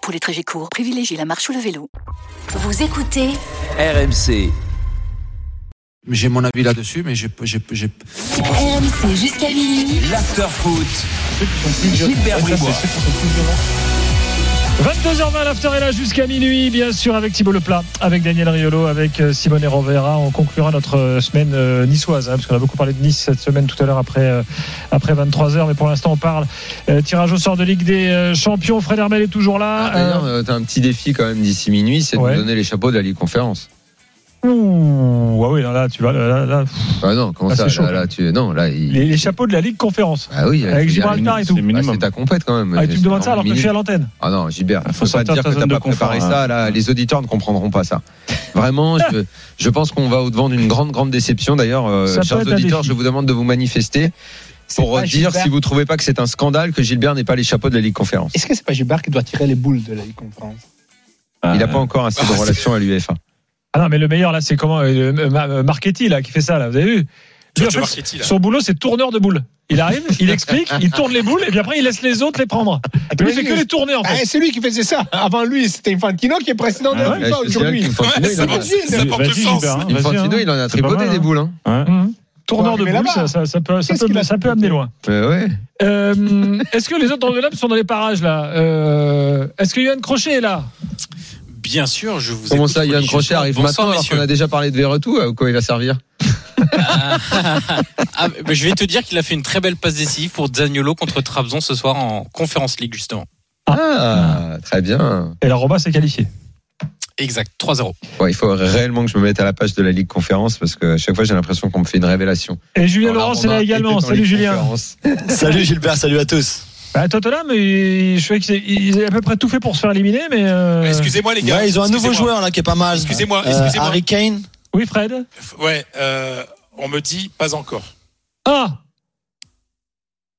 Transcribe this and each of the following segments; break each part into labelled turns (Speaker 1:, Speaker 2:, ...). Speaker 1: Pour les trajets courts, privilégiez la marche ou le vélo.
Speaker 2: Vous écoutez
Speaker 3: RMC.
Speaker 4: J'ai mon avis là-dessus, mais j'ai, j'ai, j'ai-
Speaker 2: RMC jusqu'à minuit.
Speaker 3: L'afterfoot. Gilbert Bribois.
Speaker 5: 22h20, l'after est là jusqu'à minuit, bien sûr, avec Thibaut Leplat, avec Daniel Riolo, avec euh, Simone Rovera. On conclura notre euh, semaine euh, niçoise, hein, parce qu'on a beaucoup parlé de Nice cette semaine tout à l'heure après, euh, après 23h. Mais pour l'instant, on parle euh, tirage au sort de Ligue des euh, Champions. Fred Hermel est toujours là.
Speaker 6: D'ailleurs, euh, t'as un petit défi quand même d'ici minuit, c'est
Speaker 5: Ah, Ouais.
Speaker 6: de nous donner les chapeaux de la Ligue Conférence.
Speaker 5: Euh, ouh, ah oui, là, là, tu vas. là, là, là.
Speaker 6: Ah non, comment
Speaker 5: Ah,
Speaker 6: ça
Speaker 5: c'est chaud,
Speaker 6: là, là, tu non, là il...
Speaker 5: Les, les chapeaux de la Ligue Conférence.
Speaker 6: Ah oui,
Speaker 5: Avec
Speaker 6: tu
Speaker 5: Gérard
Speaker 6: dis-
Speaker 5: Hector et tout.
Speaker 6: Bah, c'est ta compète quand même.
Speaker 5: Ah, et tu me
Speaker 6: C'est
Speaker 5: demandes ça alors que je
Speaker 6: minute.
Speaker 5: suis à l'antenne.
Speaker 6: Ah non, Gilbert,
Speaker 7: Ah,
Speaker 6: il
Speaker 7: faut
Speaker 6: faut pas te
Speaker 7: sortir
Speaker 6: dire
Speaker 7: ta
Speaker 6: que t'as
Speaker 7: zone
Speaker 6: pas
Speaker 7: de confort,
Speaker 6: préparé
Speaker 7: hein.
Speaker 6: ça. Là, les auditeurs ne comprendront pas ça. Vraiment, je, je pense qu'on va au-devant d'une grande, grande déception. D'ailleurs, euh,
Speaker 5: Ça peut
Speaker 6: chers
Speaker 5: être un
Speaker 6: auditeurs,
Speaker 5: défi.
Speaker 6: je vous demande de vous manifester pour
Speaker 8: pas
Speaker 6: dire
Speaker 8: Gilbert.
Speaker 6: si vous trouvez pas que c'est un scandale que Gilbert n'ait pas les chapeaux de la Ligue Conférence.
Speaker 8: Est-ce que c'est pas Gilbert qui doit tirer les boules de la Ligue Conférence
Speaker 6: Il n'a pas encore assez de relation à l'UEFA. Eh,
Speaker 5: Ah non, mais le meilleur, là, c'est comment euh, euh, Ma- euh, Marchetti, là, qui fait ça, là, vous avez vu Lui, en fait, Son boulot, c'est tourneur de boules. Il arrive, il explique, il tourne les boules, et puis après, il laisse les autres les prendre. Mais il fait que les tourner, en fait.
Speaker 8: Ah, C'est lui qui faisait ça. Avant lui, c'était Infantino qui est président de
Speaker 5: Ah
Speaker 8: la
Speaker 5: ouais,
Speaker 6: Eh, je te
Speaker 8: FIFA
Speaker 6: signale
Speaker 8: aujourd'hui.
Speaker 6: qu'Infantino, il en a-
Speaker 8: C'est
Speaker 7: Ça porte
Speaker 5: Ah, Vas-y,
Speaker 7: chance.
Speaker 5: Gilbert, hein, vas-y,
Speaker 6: Infantino,
Speaker 5: hein.
Speaker 6: il en a
Speaker 5: C'est pas
Speaker 6: tripoté
Speaker 5: mal,
Speaker 6: des
Speaker 5: hein.
Speaker 6: boules. hein.
Speaker 5: Mhm. Tourneur de
Speaker 8: arriver
Speaker 5: boules, ça,
Speaker 8: là-bas.
Speaker 5: ça- ça peut, ça,
Speaker 8: Qu'est-ce
Speaker 5: peut,
Speaker 8: qu'il a
Speaker 5: ça peut amener loin.
Speaker 6: Euh, ouais.
Speaker 5: Euh, Est-ce que les autres dans le lab sont dans les parages, là Euh, Est-ce que Yann Crochet est là
Speaker 7: Bien sûr, je vous
Speaker 6: Comment
Speaker 7: écoute
Speaker 6: ça, Yann
Speaker 7: religieusement.
Speaker 6: Crochet arrive
Speaker 7: Bonsoir,
Speaker 6: maintenant alors
Speaker 7: messieurs.
Speaker 6: qu'on a déjà parlé de Verretou À quoi euh, il va servir
Speaker 7: Ah, mais je vais te dire qu'il a fait une très belle passe décisive pour Zaniolo contre Trabzon ce soir en Conférence League, justement.
Speaker 6: Ah, très bien.
Speaker 5: Et la Roma s'est qualifiée.
Speaker 7: Exact, 3-0.
Speaker 6: Ouais, il faut réellement que je me mette à la page de la Ligue Conférence parce que à chaque fois j'ai l'impression qu'on me fait une révélation.
Speaker 5: Et Julien
Speaker 6: Alors,
Speaker 5: Laurent,
Speaker 6: on
Speaker 5: c'est
Speaker 6: a
Speaker 5: là
Speaker 6: été dans
Speaker 5: également.
Speaker 6: les
Speaker 5: Salut, Julien.
Speaker 6: conférences.
Speaker 9: Salut Gilbert, salut à tous.
Speaker 5: Bah, Tottenham, il- je crois qu'ils ont à peu près tout fait pour se faire éliminer, mais. euh,
Speaker 7: Excusez-moi, les gars.
Speaker 9: Ouais, ils ont un nouveau
Speaker 7: Excusez-moi.
Speaker 9: joueur là qui est pas mal.
Speaker 7: Excusez-moi,
Speaker 9: Euh,
Speaker 7: excusez-moi.
Speaker 9: Harry Kane.
Speaker 5: Oui, Fred
Speaker 7: Ouais, euh, on me dit pas encore.
Speaker 5: Ah,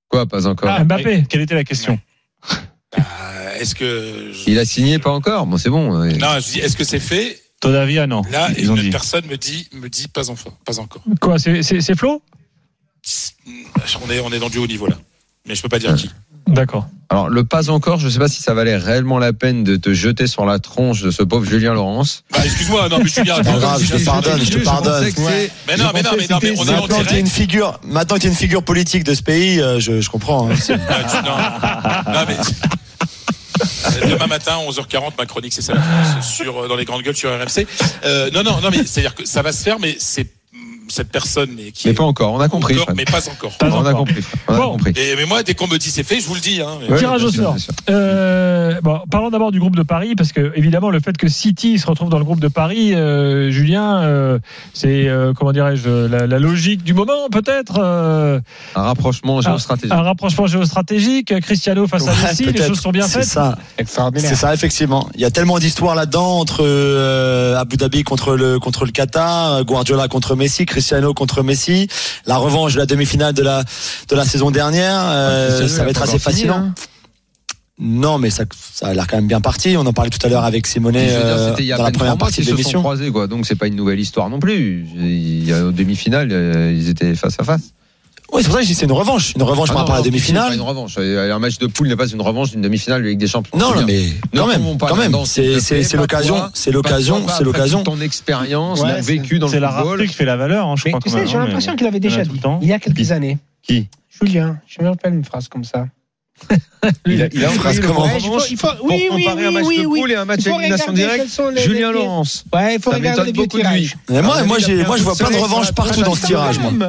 Speaker 6: Quoi, pas encore
Speaker 5: Ah, Mbappé.
Speaker 7: Quelle était la question Euh, Est-ce que. je-
Speaker 6: Il a signé, pas encore Bon, c'est bon. ouais.
Speaker 7: Non, je dis, est-ce que c'est fait
Speaker 5: Todavia, non.
Speaker 7: Là,
Speaker 5: Ils
Speaker 7: une
Speaker 5: ont
Speaker 7: autre
Speaker 5: dit.
Speaker 7: personne me dit, me dit pas, enfin, pas encore.
Speaker 5: Quoi, c'est- c'est c'est Flo
Speaker 7: On est, on est dans du haut niveau là. Mais je peux pas dire qui.
Speaker 5: D'accord.
Speaker 6: Alors, le pas encore, je sais pas si ça valait réellement la peine de te jeter sur la tronche de ce pauvre Julien Laurence.
Speaker 7: Bah, excuse-moi, non, mais Julien,
Speaker 9: C'est pas
Speaker 7: attends,
Speaker 9: grave, je
Speaker 7: Julien,
Speaker 9: te pardonne,
Speaker 7: Julien,
Speaker 9: je te
Speaker 7: Julien,
Speaker 9: pardonne.
Speaker 6: pensais que c'est-
Speaker 9: Ouais.
Speaker 7: Mais non,
Speaker 6: je
Speaker 7: mais non,
Speaker 6: pensais
Speaker 7: mais
Speaker 6: que
Speaker 7: non, mais on est en
Speaker 6: c'était-
Speaker 9: Maintenant que t'es
Speaker 7: direct.
Speaker 9: une figure, maintenant que t'es une figure politique de ce pays, euh, je, je comprends. hein. C'est-
Speaker 7: Ah, tu- non. Non, mais- Euh, Demain matin, 11h40, ma chronique, c'est ça la France, sur, euh, dans les grandes gueules sur RMC. Euh, non, non, non, mais c'est-à-dire que ça va se faire, mais c'est mm, cette personne mais qui
Speaker 6: Mais
Speaker 7: est
Speaker 6: pas encore, on a compris.
Speaker 7: encore,
Speaker 6: Fred.
Speaker 7: mais pas encore.
Speaker 5: Pas
Speaker 6: On a
Speaker 5: encore.
Speaker 6: compris. Fred. On a
Speaker 5: Bon.
Speaker 6: compris.
Speaker 7: Et, mais moi, dès qu'on me dit c'est fait, je vous le dis. Hein.
Speaker 6: Ouais,
Speaker 5: Tirage
Speaker 6: bien
Speaker 5: au
Speaker 6: sûr,
Speaker 5: sort.
Speaker 6: bien sûr.
Speaker 5: Euh, bon, parlons d'abord du groupe de Paris, parce que évidemment le fait que City se retrouve dans le groupe de Paris, euh, Julien, euh, c'est euh, comment dirais-je la, la logique du moment peut-être, euh,
Speaker 6: Un rapprochement
Speaker 5: Ah.
Speaker 6: géostratégique.
Speaker 5: un rapprochement géostratégique, Cristiano face à
Speaker 9: Ouais,
Speaker 5: Messi, les
Speaker 9: peut-être.
Speaker 5: choses sont bien
Speaker 9: C'est
Speaker 5: faites.
Speaker 9: ça, c'est ça effectivement. Il y a tellement d'histoires là-dedans entre euh, Abu Dhabi contre le contre le Qatar, euh, Guardiola contre Messi, Cristiano contre Messi, la revanche de la demi-finale de la de la saison dernière, euh,
Speaker 6: Cristiano, il
Speaker 9: ça
Speaker 6: a
Speaker 9: va être
Speaker 6: pas
Speaker 9: assez
Speaker 6: encore fini,
Speaker 9: fascinant.
Speaker 6: hein.
Speaker 9: Non, mais ça, ça a l'air quand même bien parti. On en parlait tout à l'heure avec
Speaker 6: Je veux
Speaker 9: Simonet
Speaker 6: dire,
Speaker 9: euh,
Speaker 6: c'était il y a
Speaker 9: dans
Speaker 6: à
Speaker 9: la
Speaker 6: peine trois
Speaker 9: première
Speaker 6: mois
Speaker 9: partie
Speaker 6: qu'ils
Speaker 9: de
Speaker 6: se sont
Speaker 9: l'émission.
Speaker 6: croisés, quoi. Donc c'est pas une nouvelle histoire non plus. Il y a- Au demi-finale, euh, ils étaient face à face.
Speaker 9: Oui, c'est pour ça que je dis c'est une revanche, une revanche
Speaker 6: Ah
Speaker 9: par
Speaker 6: non,
Speaker 9: rapport à la
Speaker 6: non, c'est
Speaker 9: demi-finale.
Speaker 6: pas Une revanche. euh, Un match de poule n'est pas une revanche d'une demi-finale de Ligue des Champions.
Speaker 9: Non,
Speaker 6: Je veux
Speaker 9: non,
Speaker 6: dire,
Speaker 9: mais
Speaker 6: Ne
Speaker 9: quand
Speaker 6: tombons
Speaker 9: même,
Speaker 6: pas
Speaker 9: quand même.
Speaker 6: là-dedans, s'il
Speaker 9: C'est
Speaker 6: te plaît,
Speaker 9: c'est- c'est
Speaker 6: pas
Speaker 9: l'occasion,
Speaker 6: toi,
Speaker 9: c'est
Speaker 6: pas toi,
Speaker 9: l'occasion,
Speaker 6: pas
Speaker 9: c'est
Speaker 6: après
Speaker 9: l'occasion.
Speaker 6: toute Ton expérience,
Speaker 8: Ouais,
Speaker 6: ton
Speaker 8: c'est-
Speaker 6: vécu dans le
Speaker 7: c'est la
Speaker 6: football.
Speaker 7: fait la valeur,
Speaker 5: hein,
Speaker 7: je
Speaker 8: Mais tu sais, j'ai l'impression qu'il avait déjà
Speaker 7: tout le
Speaker 8: dit,
Speaker 7: temps.
Speaker 8: il y a quelques années.
Speaker 6: Qui
Speaker 8: Julien, je me rappelle une phrase comme ça.
Speaker 6: Il a, il a
Speaker 9: Une
Speaker 6: employé
Speaker 9: phrase
Speaker 6: le
Speaker 9: comment
Speaker 6: mot
Speaker 8: Ouais, il faut-
Speaker 6: revanche
Speaker 8: il faut-
Speaker 6: pour
Speaker 8: oui, oui,
Speaker 6: comparer un match
Speaker 8: oui,
Speaker 6: de
Speaker 8: oui,
Speaker 6: poule et un match
Speaker 8: Il faut
Speaker 6: d'élimination
Speaker 8: regarder
Speaker 6: directe.
Speaker 8: quels sont les-
Speaker 6: Julien
Speaker 8: les-
Speaker 6: Laurence.
Speaker 8: Ouais, il faut
Speaker 6: Ça
Speaker 8: regarder
Speaker 6: m'étonne
Speaker 8: les vieux
Speaker 6: beaucoup de lui.
Speaker 8: tirages.
Speaker 9: Mais
Speaker 6: Ah,
Speaker 9: moi,
Speaker 6: mais
Speaker 9: moi,
Speaker 6: il a
Speaker 9: j'ai-
Speaker 6: pris un
Speaker 9: moi, je
Speaker 6: coup
Speaker 9: vois
Speaker 6: de
Speaker 9: plein
Speaker 6: soleil
Speaker 9: de
Speaker 6: sur la
Speaker 9: revanches partout
Speaker 6: tête,
Speaker 9: dans ce
Speaker 6: ça
Speaker 9: tirage. Moi,
Speaker 8: Même.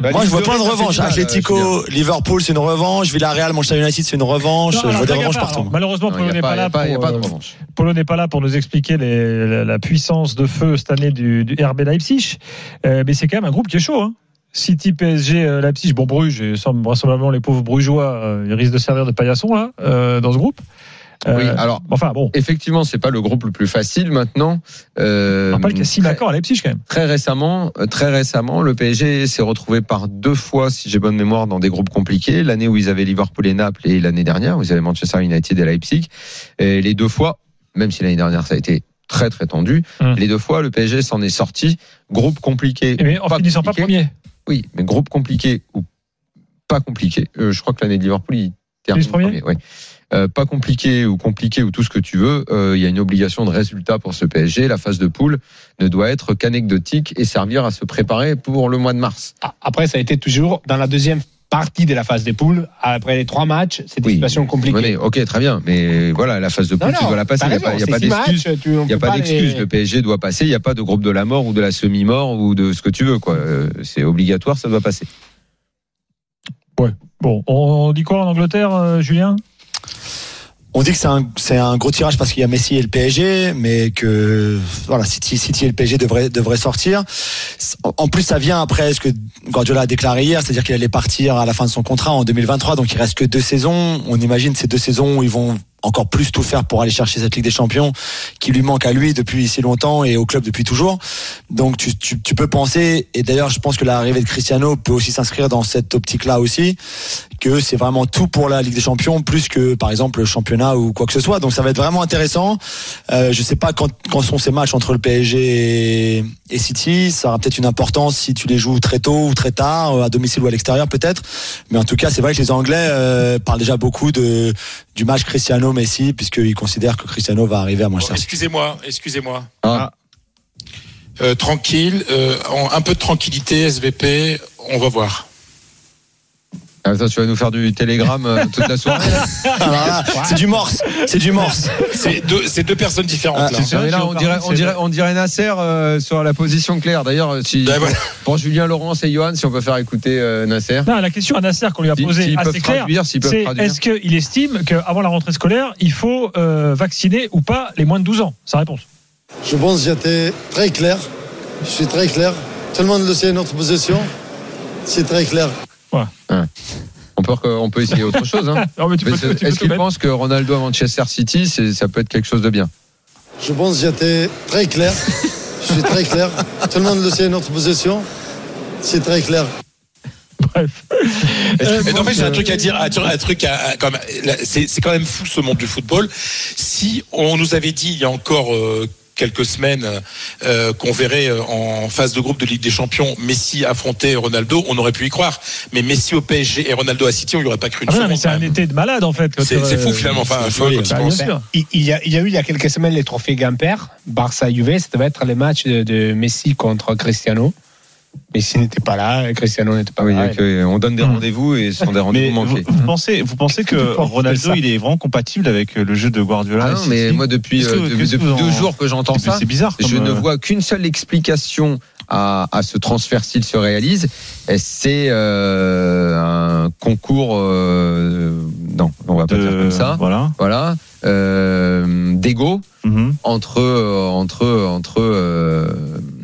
Speaker 6: Bah,
Speaker 9: moi je
Speaker 6: Ligue
Speaker 9: vois
Speaker 6: de
Speaker 9: plein de
Speaker 6: Ré, ça fait
Speaker 9: revanches.
Speaker 6: du mal, Julien.
Speaker 9: Atlético, Liverpool, c'est une revanche. Villarreal, Manchester United, c'est une revanche.
Speaker 5: Non,
Speaker 9: je
Speaker 5: alors,
Speaker 9: vois des
Speaker 5: blague à
Speaker 9: revanches
Speaker 5: part,
Speaker 9: partout.
Speaker 5: alors, Malheureusement,
Speaker 6: Non, Il
Speaker 5: Polo
Speaker 6: n'y
Speaker 5: n'est
Speaker 6: a
Speaker 5: pas
Speaker 6: pas- il y
Speaker 5: là
Speaker 6: a
Speaker 5: pour
Speaker 6: pas- il y a pas de
Speaker 5: euh,
Speaker 6: revanche.
Speaker 5: Polo n'est pas là pour nous expliquer les- la, la puissance de feu cette année du, du RB Leipzig, Euh, mais c'est quand même un groupe qui est chaud. hein. City, PSG, euh, Leipzig, bon Bruges, et semble vraisemblablement les pauvres brugeois, euh, ils risquent de servir de paillasson là euh, dans ce groupe. Euh,
Speaker 6: Oui, alors-
Speaker 5: Enfin, bon.
Speaker 6: Effectivement, c'est pas le groupe le plus facile maintenant.
Speaker 5: On
Speaker 6: Euh,
Speaker 5: rappelle qu'il y a 6
Speaker 6: très-
Speaker 5: accords à Leipzig quand même.
Speaker 6: Très récemment, euh, très récemment, le PSG s'est retrouvé par deux fois, si j'ai bonne mémoire, dans des groupes compliqués. L'année où ils avaient Liverpool et Naples et l'année dernière où ils avaient Manchester United et Leipzig. Et les deux fois, même si l'année dernière ça a été très très tendu,
Speaker 5: Hum.
Speaker 6: les deux fois le PSG s'en est sorti groupe compliqué.
Speaker 5: Mais en
Speaker 6: pas
Speaker 5: finissant pas
Speaker 6: compliqué.
Speaker 5: premier.
Speaker 6: Oui, mais groupe compliqué ou pas compliqué. Euh, je crois que l'année de Liverpool, il termine
Speaker 5: Juste premier
Speaker 6: premier. ouais. Euh, pas compliqué ou compliqué ou tout ce que tu veux. euh, Il y a une obligation de résultat pour ce PSG. La phase de poule ne doit être qu'anecdotique et servir à se préparer pour le mois de mars.
Speaker 8: Ah, Après, ça a été toujours dans la deuxième partie de la phase des poules. Après les trois matchs, c'est des
Speaker 6: Oui.
Speaker 8: situations compliquées.
Speaker 6: Ouais, mais, ok, très bien. Mais voilà, la phase de poule, tu dois la passer.
Speaker 8: t'as
Speaker 6: Il n'y a pas, il y a
Speaker 8: raison,
Speaker 6: pas
Speaker 8: c'est six
Speaker 6: d'excuse.
Speaker 8: matchs, tu- on
Speaker 6: Il n'y a
Speaker 8: peut
Speaker 6: pas d'excuse.
Speaker 8: les-
Speaker 6: Le PSG doit passer. Il n'y a pas de groupe de la mort ou de la semi-mort ou de ce que tu veux. quoi. Euh, C'est obligatoire, ça doit passer.
Speaker 5: Bon, on dit quoi en Angleterre, euh, Julien
Speaker 9: On dit que c'est un, c'est un gros tirage parce qu'il y a Messi et le PSG, mais que voilà, City, City et le PSG devraient, devraient sortir. En plus, ça vient après ce que Guardiola a déclaré hier, c'est-à-dire qu'il allait partir à la fin de son contrat en 2023, donc il reste que deux saisons. On imagine ces deux saisons où ils vont encore plus tout faire pour aller chercher cette Ligue des Champions qui lui manque à lui depuis si longtemps et au club depuis toujours. Donc tu, tu, tu peux penser, et d'ailleurs je pense que l'arrivée de Cristiano peut aussi s'inscrire dans cette optique-là aussi, que c'est vraiment tout pour la Ligue des Champions plus que par exemple le championnat ou quoi que ce soit. Donc ça va être vraiment intéressant. Euh, je sais pas quand, quand sont ces matchs entre le PSG et, et City. Ça aura peut-être une importance si tu les joues très tôt ou très tard, euh, à domicile ou à l'extérieur peut-être. Mais en tout cas, c'est vrai que les Anglais euh, parlent déjà beaucoup de du match Cristiano-Messi puisqu'ils considèrent que Cristiano va arriver à
Speaker 7: Bon,
Speaker 9: Manchester. City.
Speaker 7: excusez-moi, excusez-moi.
Speaker 6: Ah.
Speaker 7: Euh, tranquille, euh, en- un peu de tranquillité, SVP, on va voir.
Speaker 6: Ah, ça, tu vas nous faire du télégramme euh, toute la soirée. là.
Speaker 10: Ah,
Speaker 9: Alors là, c'est du morse, c'est du morse.
Speaker 7: C'est deux, c'est deux personnes différentes.
Speaker 9: Ah,
Speaker 7: là.
Speaker 5: c'est ça.
Speaker 6: Non, mais là, on dirait, on dirait, on dirait Nasser euh, sur la position claire. D'ailleurs, euh, si,
Speaker 7: Ben voilà.
Speaker 6: pour Julien, Laurence et Johan, si on peut faire écouter euh, Nasser.
Speaker 5: Non, la question à Nasser qu'on lui a
Speaker 6: Si-
Speaker 5: posée,
Speaker 6: s'ils
Speaker 5: assez
Speaker 6: peuvent
Speaker 5: claire,
Speaker 6: traduire, s'ils peuvent
Speaker 5: c'est
Speaker 6: traduire.
Speaker 5: est-ce qu'il estime qu'avant la rentrée scolaire, il faut euh, vacciner ou pas les moins de 12 ans Sa réponse.
Speaker 11: Je pense que j'étais très clair. Je suis très clair. Tout le monde le sait, notre position. C'est très clair.
Speaker 6: On peut, on peut essayer autre chose. Hein.
Speaker 5: Non, mais tu
Speaker 6: Mais
Speaker 5: peux,
Speaker 6: c'est-
Speaker 5: tu peux
Speaker 6: Est-ce
Speaker 5: tout
Speaker 6: qu'il
Speaker 5: mettre.
Speaker 6: pense que Ronaldo à Manchester City, c'est- ça peut être quelque chose de bien
Speaker 11: Je pense que j'étais très clair. Je suis très clair. Tout le monde le sait, notre position. C'est très clair.
Speaker 5: Bref. Euh,
Speaker 7: Mais non, mais j'ai un truc à dire, un truc, un truc à, à- quand même, là, c'est, c'est quand même fou ce monde du football. Si on nous avait dit il y a encore euh, quelques semaines euh, qu'on verrait euh, en phase de groupe de Ligue des Champions Messi affronter Ronaldo, on aurait pu y croire. Mais Messi au PSG et Ronaldo à City, on n'y aurait pas cru une
Speaker 5: Ah non,
Speaker 7: seconde.
Speaker 5: mais c'est
Speaker 7: quand
Speaker 5: un
Speaker 7: même.
Speaker 5: été de malade en fait. quand,
Speaker 7: C'est- c'est
Speaker 5: euh,
Speaker 7: fou, finalement. Enfin,
Speaker 5: c'est-
Speaker 7: je vois,
Speaker 5: oui,
Speaker 7: quand il
Speaker 5: bah, bien
Speaker 7: pense.
Speaker 5: sûr.
Speaker 8: Il, il y a, il y a eu il y a quelques semaines les trophées Gamper, Barça-Juve, ça devait être les matchs de, de Messi contre Cristiano. Messi n'était pas là, Cristiano n'était pas
Speaker 6: Ah Oui,
Speaker 8: là.
Speaker 6: ok, On donne des
Speaker 5: Hmm.
Speaker 6: rendez-vous et ce sont des rendez-vous manqués.
Speaker 10: pensez, vous pensez que
Speaker 5: penses de
Speaker 10: Ronaldo,
Speaker 5: ça
Speaker 10: il est vraiment compatible avec euh, le jeu de Guardiola
Speaker 6: Ah
Speaker 10: et
Speaker 6: non,
Speaker 10: City
Speaker 6: mais moi, depuis,
Speaker 10: Qu'est-ce
Speaker 6: euh,
Speaker 10: que-
Speaker 6: depuis-
Speaker 10: qu'est-ce que
Speaker 6: depuis
Speaker 10: vous en-
Speaker 6: deux jours que j'entends
Speaker 10: C'est
Speaker 6: ça,
Speaker 10: c'est bizarre.
Speaker 6: je
Speaker 10: comme,
Speaker 6: ne
Speaker 10: euh,
Speaker 6: vois qu'une seule explication à, à ce transfert s'il se réalise. Et C'est euh, un concours. euh, non, on va pas dire
Speaker 10: de-
Speaker 6: comme ça.
Speaker 10: Voilà.
Speaker 6: Voilà. Euh, D'ego
Speaker 10: Mhm.
Speaker 6: entre euh, entre entre euh,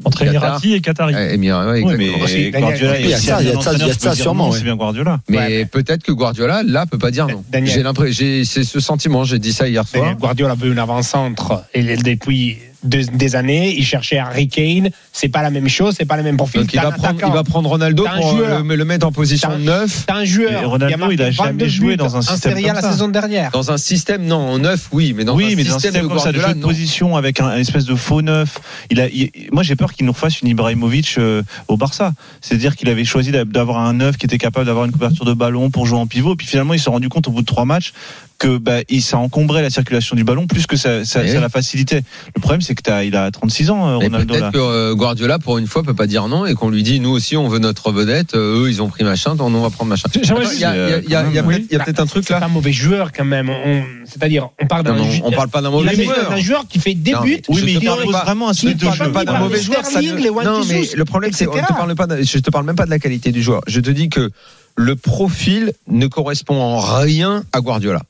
Speaker 5: Entre
Speaker 6: Qatar-
Speaker 5: Emirati et Qatari.
Speaker 6: Ouais, Émirats, ouais,
Speaker 10: Oui,
Speaker 6: exactement.
Speaker 8: Parce
Speaker 10: mais
Speaker 8: que
Speaker 10: Guardiola,
Speaker 8: Daniel-
Speaker 9: Il y a
Speaker 10: si
Speaker 9: ça,
Speaker 10: un
Speaker 9: il y a
Speaker 10: entraîneur
Speaker 9: ça, il y a
Speaker 10: qui peut
Speaker 9: ça
Speaker 10: dire
Speaker 9: sûrement,
Speaker 10: non,
Speaker 9: ouais.
Speaker 10: C'est bien Guardiola.
Speaker 6: Mais
Speaker 8: Ouais, mais-
Speaker 6: peut-être que Guardiola, là, peut pas dire non.
Speaker 8: Daniel-
Speaker 6: J'ai l'impression, j'ai- c'est ce sentiment. J'ai dit ça hier soir.
Speaker 8: Daniel hein. Guardiola veut une avant-centre et il- depuis deux- des années, il cherchait Harry Kane. C'est pas la même chose, c'est pas le même profil.
Speaker 6: Donc il
Speaker 8: T'as
Speaker 6: va
Speaker 8: un
Speaker 6: prendre, il
Speaker 8: attaquant,
Speaker 6: va prendre Ronaldo
Speaker 8: T'as un
Speaker 6: pour euh,
Speaker 8: joueur.
Speaker 6: le, le mettre en
Speaker 8: T'as
Speaker 6: position
Speaker 8: un-
Speaker 6: neuf.
Speaker 8: T'as un joueur.
Speaker 10: Mais Ronaldo,
Speaker 8: marqué
Speaker 10: il a jamais
Speaker 8: 22
Speaker 10: joué
Speaker 8: buts
Speaker 10: dans un
Speaker 8: en
Speaker 10: système
Speaker 8: Serie A
Speaker 10: comme
Speaker 8: la
Speaker 10: ça.
Speaker 8: saison dernière.
Speaker 6: Dans un système, non, en neuf, oui, mais dans
Speaker 10: oui,
Speaker 6: un
Speaker 10: mais dans un
Speaker 6: système
Speaker 10: système
Speaker 6: de
Speaker 10: comme ça, de
Speaker 6: Guardiola,
Speaker 10: jeu de
Speaker 6: non.
Speaker 10: position avec un, un espèce de faux neuf. Il a, il- moi, j'ai peur qu'il nous refasse une Ibrahimovic euh, au Barça. C'est-à-dire qu'il avait choisi d'a- d'avoir un neuf qui était capable d'avoir une couverture de ballon pour jouer en pivot. Puis finalement, il s'est rendu compte au bout de trois matchs que bah, il, ça encombrait la circulation du ballon plus que ça, ça,
Speaker 6: Eh
Speaker 10: ça
Speaker 6: oui.
Speaker 10: la facilitait. Le problème, c'est que t'as- il a 36 ans, euh,
Speaker 6: Mais
Speaker 10: Ronaldo.
Speaker 6: peut-être
Speaker 10: Là.
Speaker 6: que euh, Guardiola, pour une fois, peut pas dire non et qu'on lui dit, nous aussi, on veut notre vedette. euh, eux, ils ont pris machin, donc nous, on va prendre machin.
Speaker 5: J'aimerais
Speaker 6: Attends,
Speaker 5: juste-
Speaker 6: Il y a, il y a- il y a- il y a peut-être il y a peut-être un truc
Speaker 8: Bah, C'est
Speaker 6: là.
Speaker 8: un mauvais joueur quand même. On- C'est-à-dire, on parle
Speaker 6: Non,
Speaker 8: d'un
Speaker 6: mais
Speaker 8: ju-
Speaker 6: on, on parle pas d'un
Speaker 8: Il
Speaker 6: mauvais
Speaker 8: a besoin
Speaker 6: joueur.
Speaker 8: d'un joueur qui fait des
Speaker 6: Non,
Speaker 8: buts.
Speaker 6: mais
Speaker 10: Oui,
Speaker 6: je
Speaker 10: mais
Speaker 6: te
Speaker 10: il
Speaker 6: parle
Speaker 10: impose
Speaker 6: pas-
Speaker 10: vraiment un
Speaker 8: je
Speaker 10: style
Speaker 8: te
Speaker 10: de
Speaker 8: parle
Speaker 10: jeu.
Speaker 8: pas d'un
Speaker 10: Voilà.
Speaker 8: mauvais joueur. Sterling, les Juan
Speaker 6: non, mais
Speaker 8: Jesus,
Speaker 6: le problème, c'est on
Speaker 8: etc.
Speaker 6: te parle pas. de- Je te parle même pas de la qualité du joueur. Je te dis que le profil ne correspond en rien à Guardiola.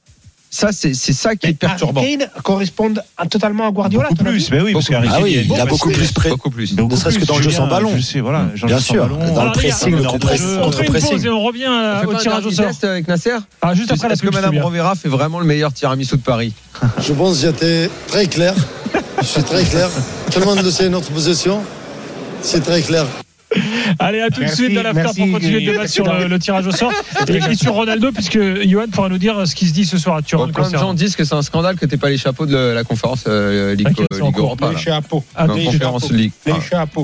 Speaker 6: Ça, c'est c'est ça qui est perturbant.
Speaker 8: Harry Kane correspond à- totalement à Guardiola.
Speaker 10: Beaucoup
Speaker 8: ton avis
Speaker 10: plus, mais oui, parce
Speaker 8: Beaucoup
Speaker 10: qu'Harry
Speaker 8: plus.
Speaker 10: Kane,
Speaker 8: Ah oui,
Speaker 10: est-
Speaker 8: il a beaucoup
Speaker 10: est-
Speaker 8: plus pré-
Speaker 6: Beaucoup plus.
Speaker 10: Beaucoup
Speaker 9: Ne serait-ce que
Speaker 10: plus,
Speaker 9: dans le jeu
Speaker 10: Julien,
Speaker 9: sans ballon.
Speaker 10: Je sais, voilà. dans le
Speaker 9: Bien
Speaker 10: jeu sans
Speaker 9: sûr,
Speaker 10: ballon,
Speaker 9: dans le
Speaker 5: Alors, les gars,
Speaker 9: pressing, le contre-pressing.
Speaker 5: On fait une pause
Speaker 9: contre-pressing.
Speaker 5: et on revient euh,
Speaker 6: On fait
Speaker 5: au
Speaker 6: pas un
Speaker 5: tirage au
Speaker 6: dernier
Speaker 5: sort.
Speaker 6: test avec Nasser
Speaker 5: Ah, juste après la
Speaker 6: Est-ce que
Speaker 5: pub,
Speaker 6: Madame
Speaker 5: Julien.
Speaker 6: Rovera fait vraiment le meilleur tiramisu de Paris
Speaker 11: Je pense que j'étais très clair. Je suis très clair. Tout le monde le sait, notre position. C'est très clair.
Speaker 5: Allez, à tout de
Speaker 8: Merci,
Speaker 5: suite dans l'after
Speaker 8: merci,
Speaker 5: pour continuer le débat
Speaker 8: merci
Speaker 5: sur le,
Speaker 8: d'avoir-
Speaker 5: le tirage au sort et, et sur Ronaldo, puisque Johan pourra nous dire ce qui se dit ce soir à Turin.
Speaker 6: Bon,
Speaker 5: le
Speaker 6: Plein de
Speaker 5: concernant.
Speaker 6: gens disent que c'est un scandale que t'aies pas les chapeaux de le- la conférence euh, Ligue,
Speaker 5: T'inquiète, c'est en
Speaker 6: Ligue
Speaker 5: cours.
Speaker 6: Europa.
Speaker 8: Les
Speaker 6: là.
Speaker 8: chapeaux.
Speaker 5: Ah,
Speaker 6: Non,
Speaker 8: Les
Speaker 6: conférence
Speaker 8: chapeaux.
Speaker 6: Ligue.
Speaker 8: Les
Speaker 6: Ah.
Speaker 8: chapeaux.